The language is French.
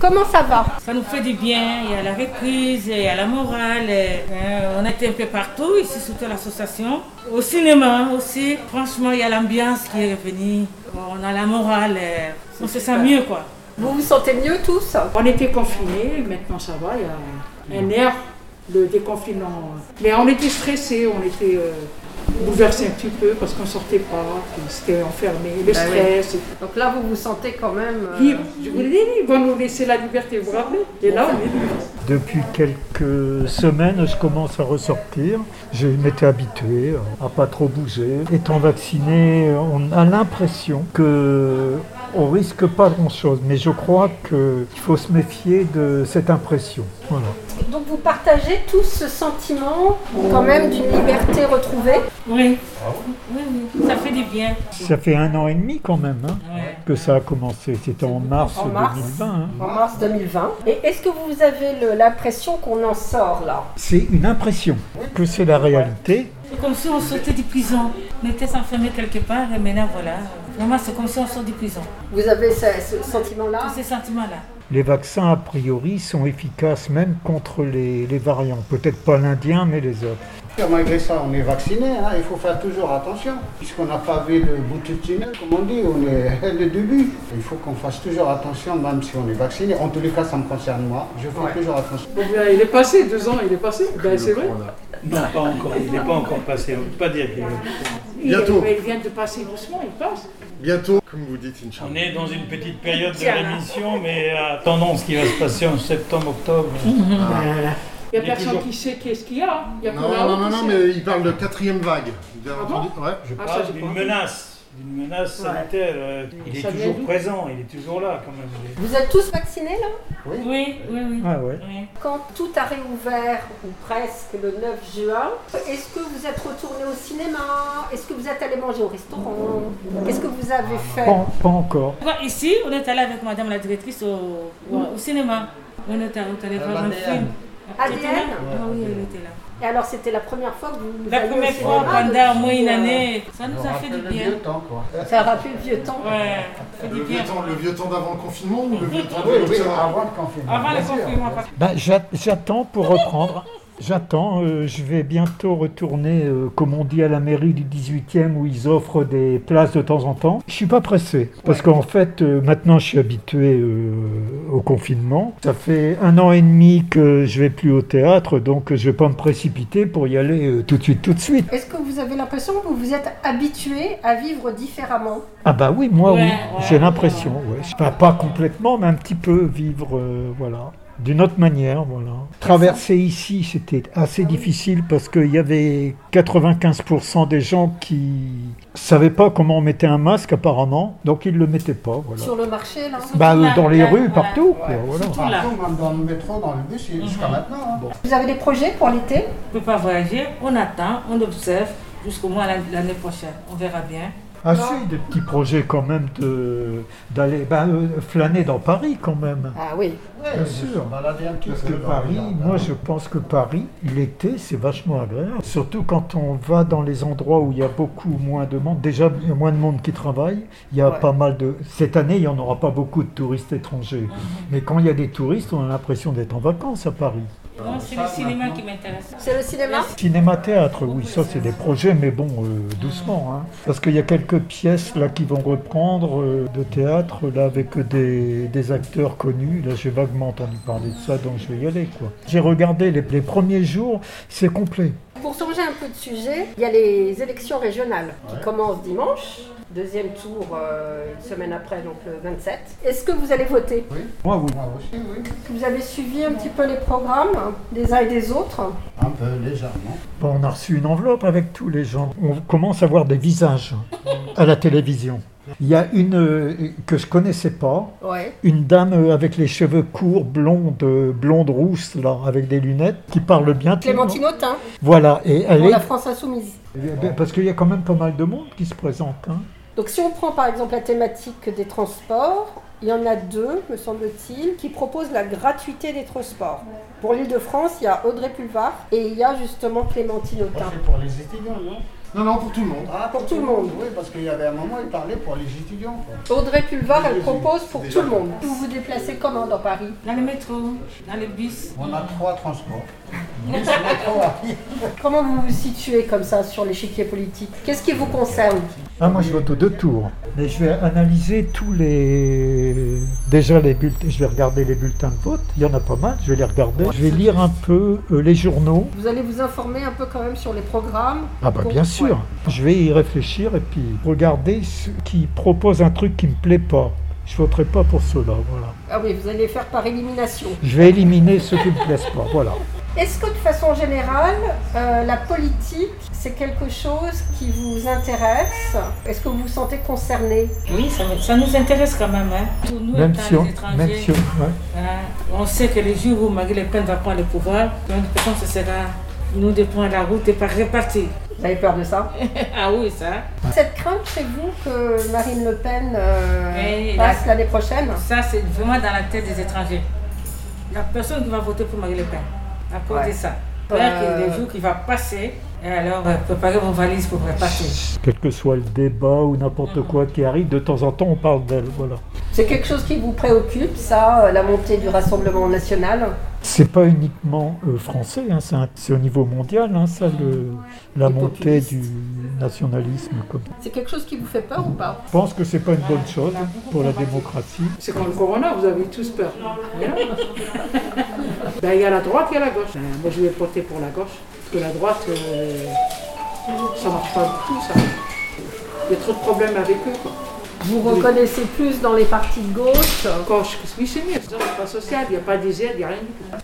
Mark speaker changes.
Speaker 1: Comment ça va
Speaker 2: Ça nous fait du bien, il y a la reprise, il y a la morale. euh, on était un peu partout, ici surtout à l'association. Au cinéma aussi, franchement, il y a l'ambiance qui est revenue. On a la morale, euh, on se sent mieux quoi.
Speaker 1: Vous vous sentez mieux tous
Speaker 3: On était confinés, maintenant ça va, il y a un air de déconfinement. Mais on était stressés, on était euh, bouleversés un petit peu parce qu'on sortait pas, puis c'était enfermé, le
Speaker 1: Bah oui.
Speaker 3: stress.
Speaker 1: Donc là, vous vous sentez quand même euh,
Speaker 3: Libre, je vous l'ai dit, ils vont nous laisser la liberté, vous vous rappelez Et là, on est libre.
Speaker 4: Depuis quelques semaines, je commence à ressortir. Je m'étais habitué à pas trop bouger. Étant vacciné, on a l'impression que on risque pas grand-chose, mais je crois qu'il faut se méfier de cette impression. Voilà.
Speaker 1: Donc vous partagez tous ce sentiment quand même d'une liberté retrouvée.
Speaker 2: Oui, oui, oui, ça fait du bien.
Speaker 4: Ça fait un an et demi quand même hein,
Speaker 2: Ouais.
Speaker 4: que ça a commencé. C'était en mars,
Speaker 1: En mars.
Speaker 4: 2020. hein.
Speaker 1: En mars 2020. Et est-ce que vous avez le- l'impression qu'on en sort là
Speaker 4: C'est une impression que c'est la réalité.
Speaker 2: C'est comme si on sortait de prison. On était enfermés quelque part et maintenant voilà. Vraiment, c'est comme si on sort de prison.
Speaker 1: Vous avez ce, ce sentiment-là
Speaker 2: Tous ces sentiments-là.
Speaker 4: Les vaccins, a priori, sont efficaces même contre les, les variants. Peut-être pas l'indien, mais les autres.
Speaker 5: Malgré ça, on est vacciné, hein, il faut faire toujours attention, puisqu'on n'a pas vu le bout du tunnel, comme on dit, on est le début. Il faut qu'on fasse toujours attention, même si on est vacciné. En tous les cas, ça me concerne moi, je fais toujours attention.
Speaker 3: Bon, ben, il est passé, deux ans, il est passé, ben, c'est vrai.
Speaker 6: Non, pas encore. Il n'est pas encore passé. On ne peut pas dire qu'il est.
Speaker 3: Il,
Speaker 7: Bientôt.
Speaker 3: il vient de passer doucement, il passe.
Speaker 7: Bientôt, comme vous dites, Inch'Allah.
Speaker 6: On est dans une petite période de rémission, mais à tendance qui va se passer en septembre, octobre. Ah.
Speaker 3: Il n'y
Speaker 6: Il
Speaker 3: a
Speaker 6: est
Speaker 3: personne
Speaker 6: toujours-
Speaker 3: qui sait qu'est-ce qu'il y a. hein. Il y a que
Speaker 7: Non,
Speaker 3: la
Speaker 7: non,
Speaker 3: haute
Speaker 7: non,
Speaker 3: qui
Speaker 7: non,
Speaker 3: sait.
Speaker 7: mais il parle de quatrième vague. Vous avez
Speaker 3: Ah
Speaker 7: entendu Ouais.
Speaker 6: Je
Speaker 3: Ah, ça,
Speaker 6: parle
Speaker 3: j'ai pas
Speaker 6: d'une
Speaker 3: entendu.
Speaker 6: menace, d'une menace sanitaire. euh, Il est
Speaker 3: Ça vient d'où
Speaker 6: toujours présent, il est toujours là quand même.
Speaker 1: Vous êtes tous vaccinés là
Speaker 2: Oui, oui, oui.
Speaker 4: Ah ouais.
Speaker 2: oui.
Speaker 1: Quand tout a réouvert, ou presque le 9 juin, est-ce que vous êtes retourné au cinéma Est-ce que vous êtes allé manger au restaurant Qu'est-ce que vous avez fait
Speaker 4: Pas, pas encore.
Speaker 2: Pourquoi Ici, on est allé avec madame la directrice au, au- au cinéma. On est allé on est allé
Speaker 5: À
Speaker 2: voir un
Speaker 5: l'ADN.
Speaker 2: film.
Speaker 1: ADN?
Speaker 2: Tu étais là Ah oui, elle était là.
Speaker 1: Et alors, c'était la première fois que vous
Speaker 2: La
Speaker 1: alliez au
Speaker 2: première fois
Speaker 1: cinéma
Speaker 2: pendant au moins
Speaker 1: depuis,
Speaker 2: une
Speaker 1: euh,
Speaker 2: année, ça
Speaker 5: On
Speaker 2: nous a fait
Speaker 5: rappelle
Speaker 2: du
Speaker 5: le
Speaker 2: bien.
Speaker 5: vieux temps, quoi.
Speaker 1: Ça a rappelé le vieux temps.
Speaker 2: Ouais, ça fait
Speaker 7: Le
Speaker 2: du
Speaker 7: vieux
Speaker 2: bien.
Speaker 7: temps, le vieux temps d'avant le confinement ou le vieux temps
Speaker 5: Ah, Oui,
Speaker 7: de
Speaker 5: oui, avant le confinement.
Speaker 2: Avant le
Speaker 5: bien sûr.
Speaker 2: confinement, parce que
Speaker 4: Ben, j'a- J'attends pour reprendre. J'attends, euh, je vais bientôt retourner, euh, comme on dit, à la mairie du 18e où ils offrent des places de temps en temps. Je suis pas pressé, parce qu'en fait, euh, maintenant, je suis habitué euh, au confinement. Ça fait un an et demi que je vais plus au théâtre, donc euh, je vais pas me précipiter pour y aller euh, tout de suite, tout de suite.
Speaker 1: Est-ce que vous avez l'impression que vous vous êtes habitué à vivre différemment
Speaker 4: Ah bah oui, moi
Speaker 2: Ouais,
Speaker 4: oui,
Speaker 2: ouais,
Speaker 4: j'ai l'impression, ouais. Enfin, pas complètement, mais un petit peu vivre, euh, voilà, d'une autre manière, voilà. Traverser ici, c'était assez difficile parce qu'il y avait 95% des gens qui savaient pas comment on mettait un masque apparemment, donc ils le mettaient pas, voilà.
Speaker 1: sur le marché là
Speaker 4: Bah,
Speaker 2: Là,
Speaker 4: euh, dans les
Speaker 2: là,
Speaker 4: rues,
Speaker 2: voilà.
Speaker 4: partout, quoi, voilà.
Speaker 2: Voilà. Mhm.
Speaker 5: Partout, même dans le métro, dans le bus, jusqu'à maintenant. hein.
Speaker 1: Vous avez des projets pour l'été
Speaker 2: on ne peut pas voyager, on attend, on observe jusqu'au mois l'an- l'année prochaine. On verra bien.
Speaker 4: Ah si, des petits projets quand même de d'aller bah, euh, flâner dans Paris quand même.
Speaker 1: Ah oui.
Speaker 5: Ouais,
Speaker 4: Bien
Speaker 5: je suis
Speaker 4: sûr.
Speaker 5: baladé un petit
Speaker 4: Parce
Speaker 5: peu
Speaker 4: que
Speaker 5: dans le
Speaker 4: Paris,
Speaker 5: jardin.
Speaker 4: moi je pense que Paris, l'été, c'est vachement agréable. Surtout quand on va dans les endroits où il y a beaucoup moins de monde. Déjà, il y a moins de monde qui travaille. Il y a pas mal de. Cette année, il n'y en aura pas beaucoup de touristes étrangers. Mais quand il y a des touristes, on a l'impression d'être en vacances à Paris.
Speaker 2: Moi, c'est le cinéma qui m'intéresse.
Speaker 1: C'est le cinéma
Speaker 4: Cinéma-théâtre, oui, ça c'est des projets, mais bon, euh, doucement. hein. Parce qu'il y a quelques pièces là qui vont reprendre euh, de théâtre, là avec des, des acteurs connus. Là j'ai vaguement entendu parler de ça, donc je vais y aller. quoi. J'ai regardé les, les premiers jours, c'est complet.
Speaker 1: Pour changer un peu de sujet, il y a les élections régionales qui commencent dimanche. Deuxième tour euh, une semaine après, donc le 27. Est-ce que vous allez voter
Speaker 4: Moi, oui.
Speaker 5: Moi aussi, oui.
Speaker 1: Vous avez suivi un petit peu les programmes hein, des uns et des autres
Speaker 5: Un peu légèrement.
Speaker 4: Bon, on a reçu une enveloppe avec tous les gens. On commence à voir des visages à la télévision. Il y a une euh, que je connaissais pas,
Speaker 1: Ouais.
Speaker 4: une dame euh, avec les cheveux courts, blonde, euh, blonde rousse, là, avec des lunettes, qui parle bien.
Speaker 1: Clémentine Autain
Speaker 4: Voilà, et elle
Speaker 1: pour
Speaker 4: est
Speaker 1: la France Insoumise.
Speaker 4: Eh bien, Parce qu'il y a quand même pas mal de monde qui se présente. hein.
Speaker 1: Donc si on prend par exemple la thématique des transports, il y en a deux, me semble-t-il, qui proposent la gratuité des transports. Pour l'île de France, il y a Audrey Pulvar et il y a justement Clémentine
Speaker 5: Moi,
Speaker 1: Autain.
Speaker 5: C'est pour les étudiants, non
Speaker 7: Non, non, pour tout le monde.
Speaker 5: Ah,
Speaker 1: Pour tout le monde.
Speaker 5: Oui, parce qu'il y avait un moment, il parlait pour les étudiants. quoi.
Speaker 1: Audrey Pulvar, elle propose pour
Speaker 7: Déjà.
Speaker 1: tout le monde. Vous vous déplacez comment dans Paris
Speaker 2: Dans le métro, dans le bus.
Speaker 5: On a trois transports. Bus, métro, avion.
Speaker 1: Comment vous vous situez comme ça sur l'échiquier politique Qu'est-ce qui vous concerne
Speaker 4: Ah, moi, je vote aux deux tours. Mais je vais analyser tous les. Déjà, les bulletins. Je vais regarder les bulletins de vote. Il y en a pas mal. Je vais les regarder. Je vais lire un peu euh, les journaux.
Speaker 1: Vous allez vous informer un peu quand même sur les programmes
Speaker 4: Ah, bah,
Speaker 1: Pour-
Speaker 4: bien sûr.
Speaker 1: Ouais.
Speaker 4: Je vais y réfléchir et puis regarder ceux qui proposent un truc qui me plaît pas. Je voterai pas pour ceux-là, voilà.
Speaker 1: Ah oui, vous allez faire par élimination.
Speaker 4: Je vais éliminer ceux qui me plaisent pas, voilà.
Speaker 1: Est-ce que de façon générale, euh, la politique, c'est quelque chose qui vous intéresse Est-ce que vous vous sentez concerné
Speaker 2: Oui, ça, ça nous intéresse quand même. Hein. Pour nous,
Speaker 4: Même
Speaker 2: étant
Speaker 4: si on,
Speaker 2: les étrangers,
Speaker 4: même si on- ouais.
Speaker 2: hein, on sait que le jour où Marie Le Pen va prendre le pouvoir, donc personne se sera nous de prendre la route et pas repartir.
Speaker 1: Vous avez peur de ça
Speaker 2: Ah oui, ça.
Speaker 1: Cette crainte chez vous que Marine Le Pen euh,
Speaker 2: Oui,
Speaker 1: passe
Speaker 2: la-
Speaker 1: l'année prochaine
Speaker 2: Ça, c'est vraiment dans la tête des étrangers. La personne qui va voter pour Marie Le Pen, à cause
Speaker 1: Ouais.
Speaker 2: de ça.
Speaker 1: Euh,
Speaker 2: Peur qu'il y ait des jours qui va passer, et alors euh, préparez vos valises pour repartir.
Speaker 4: Quel que soit le débat ou n'importe quoi qui arrive, de temps en temps, on parle d'elle, voilà.
Speaker 1: C'est quelque chose qui vous préoccupe, ça, euh, la montée du Rassemblement national
Speaker 4: C'est pas uniquement euh, français, hein, c'est un- c'est au niveau mondial, hein, ça, le, la
Speaker 1: Les
Speaker 4: montée
Speaker 1: populistes.
Speaker 4: du nationalisme. comme-
Speaker 1: C'est quelque chose qui vous fait peur ou pas
Speaker 4: Je pense que c'est pas une bonne chose pour la démocratie.
Speaker 3: C'est quand le corona, vous avez tous peur. Voilà. Ben, il y a la droite, il y a la gauche. Ben, moi, je vais voter pour la gauche. Parce que la droite, euh, ça marche pas du tout, ça. Il y a trop de problèmes avec eux. quoi.
Speaker 1: Vous reconnaissez plus dans les partis de gauche
Speaker 3: Gauche, oui, c'est mieux. Ça, C'est pas social, il n'y a pas des aides, il n'y a rien du tout.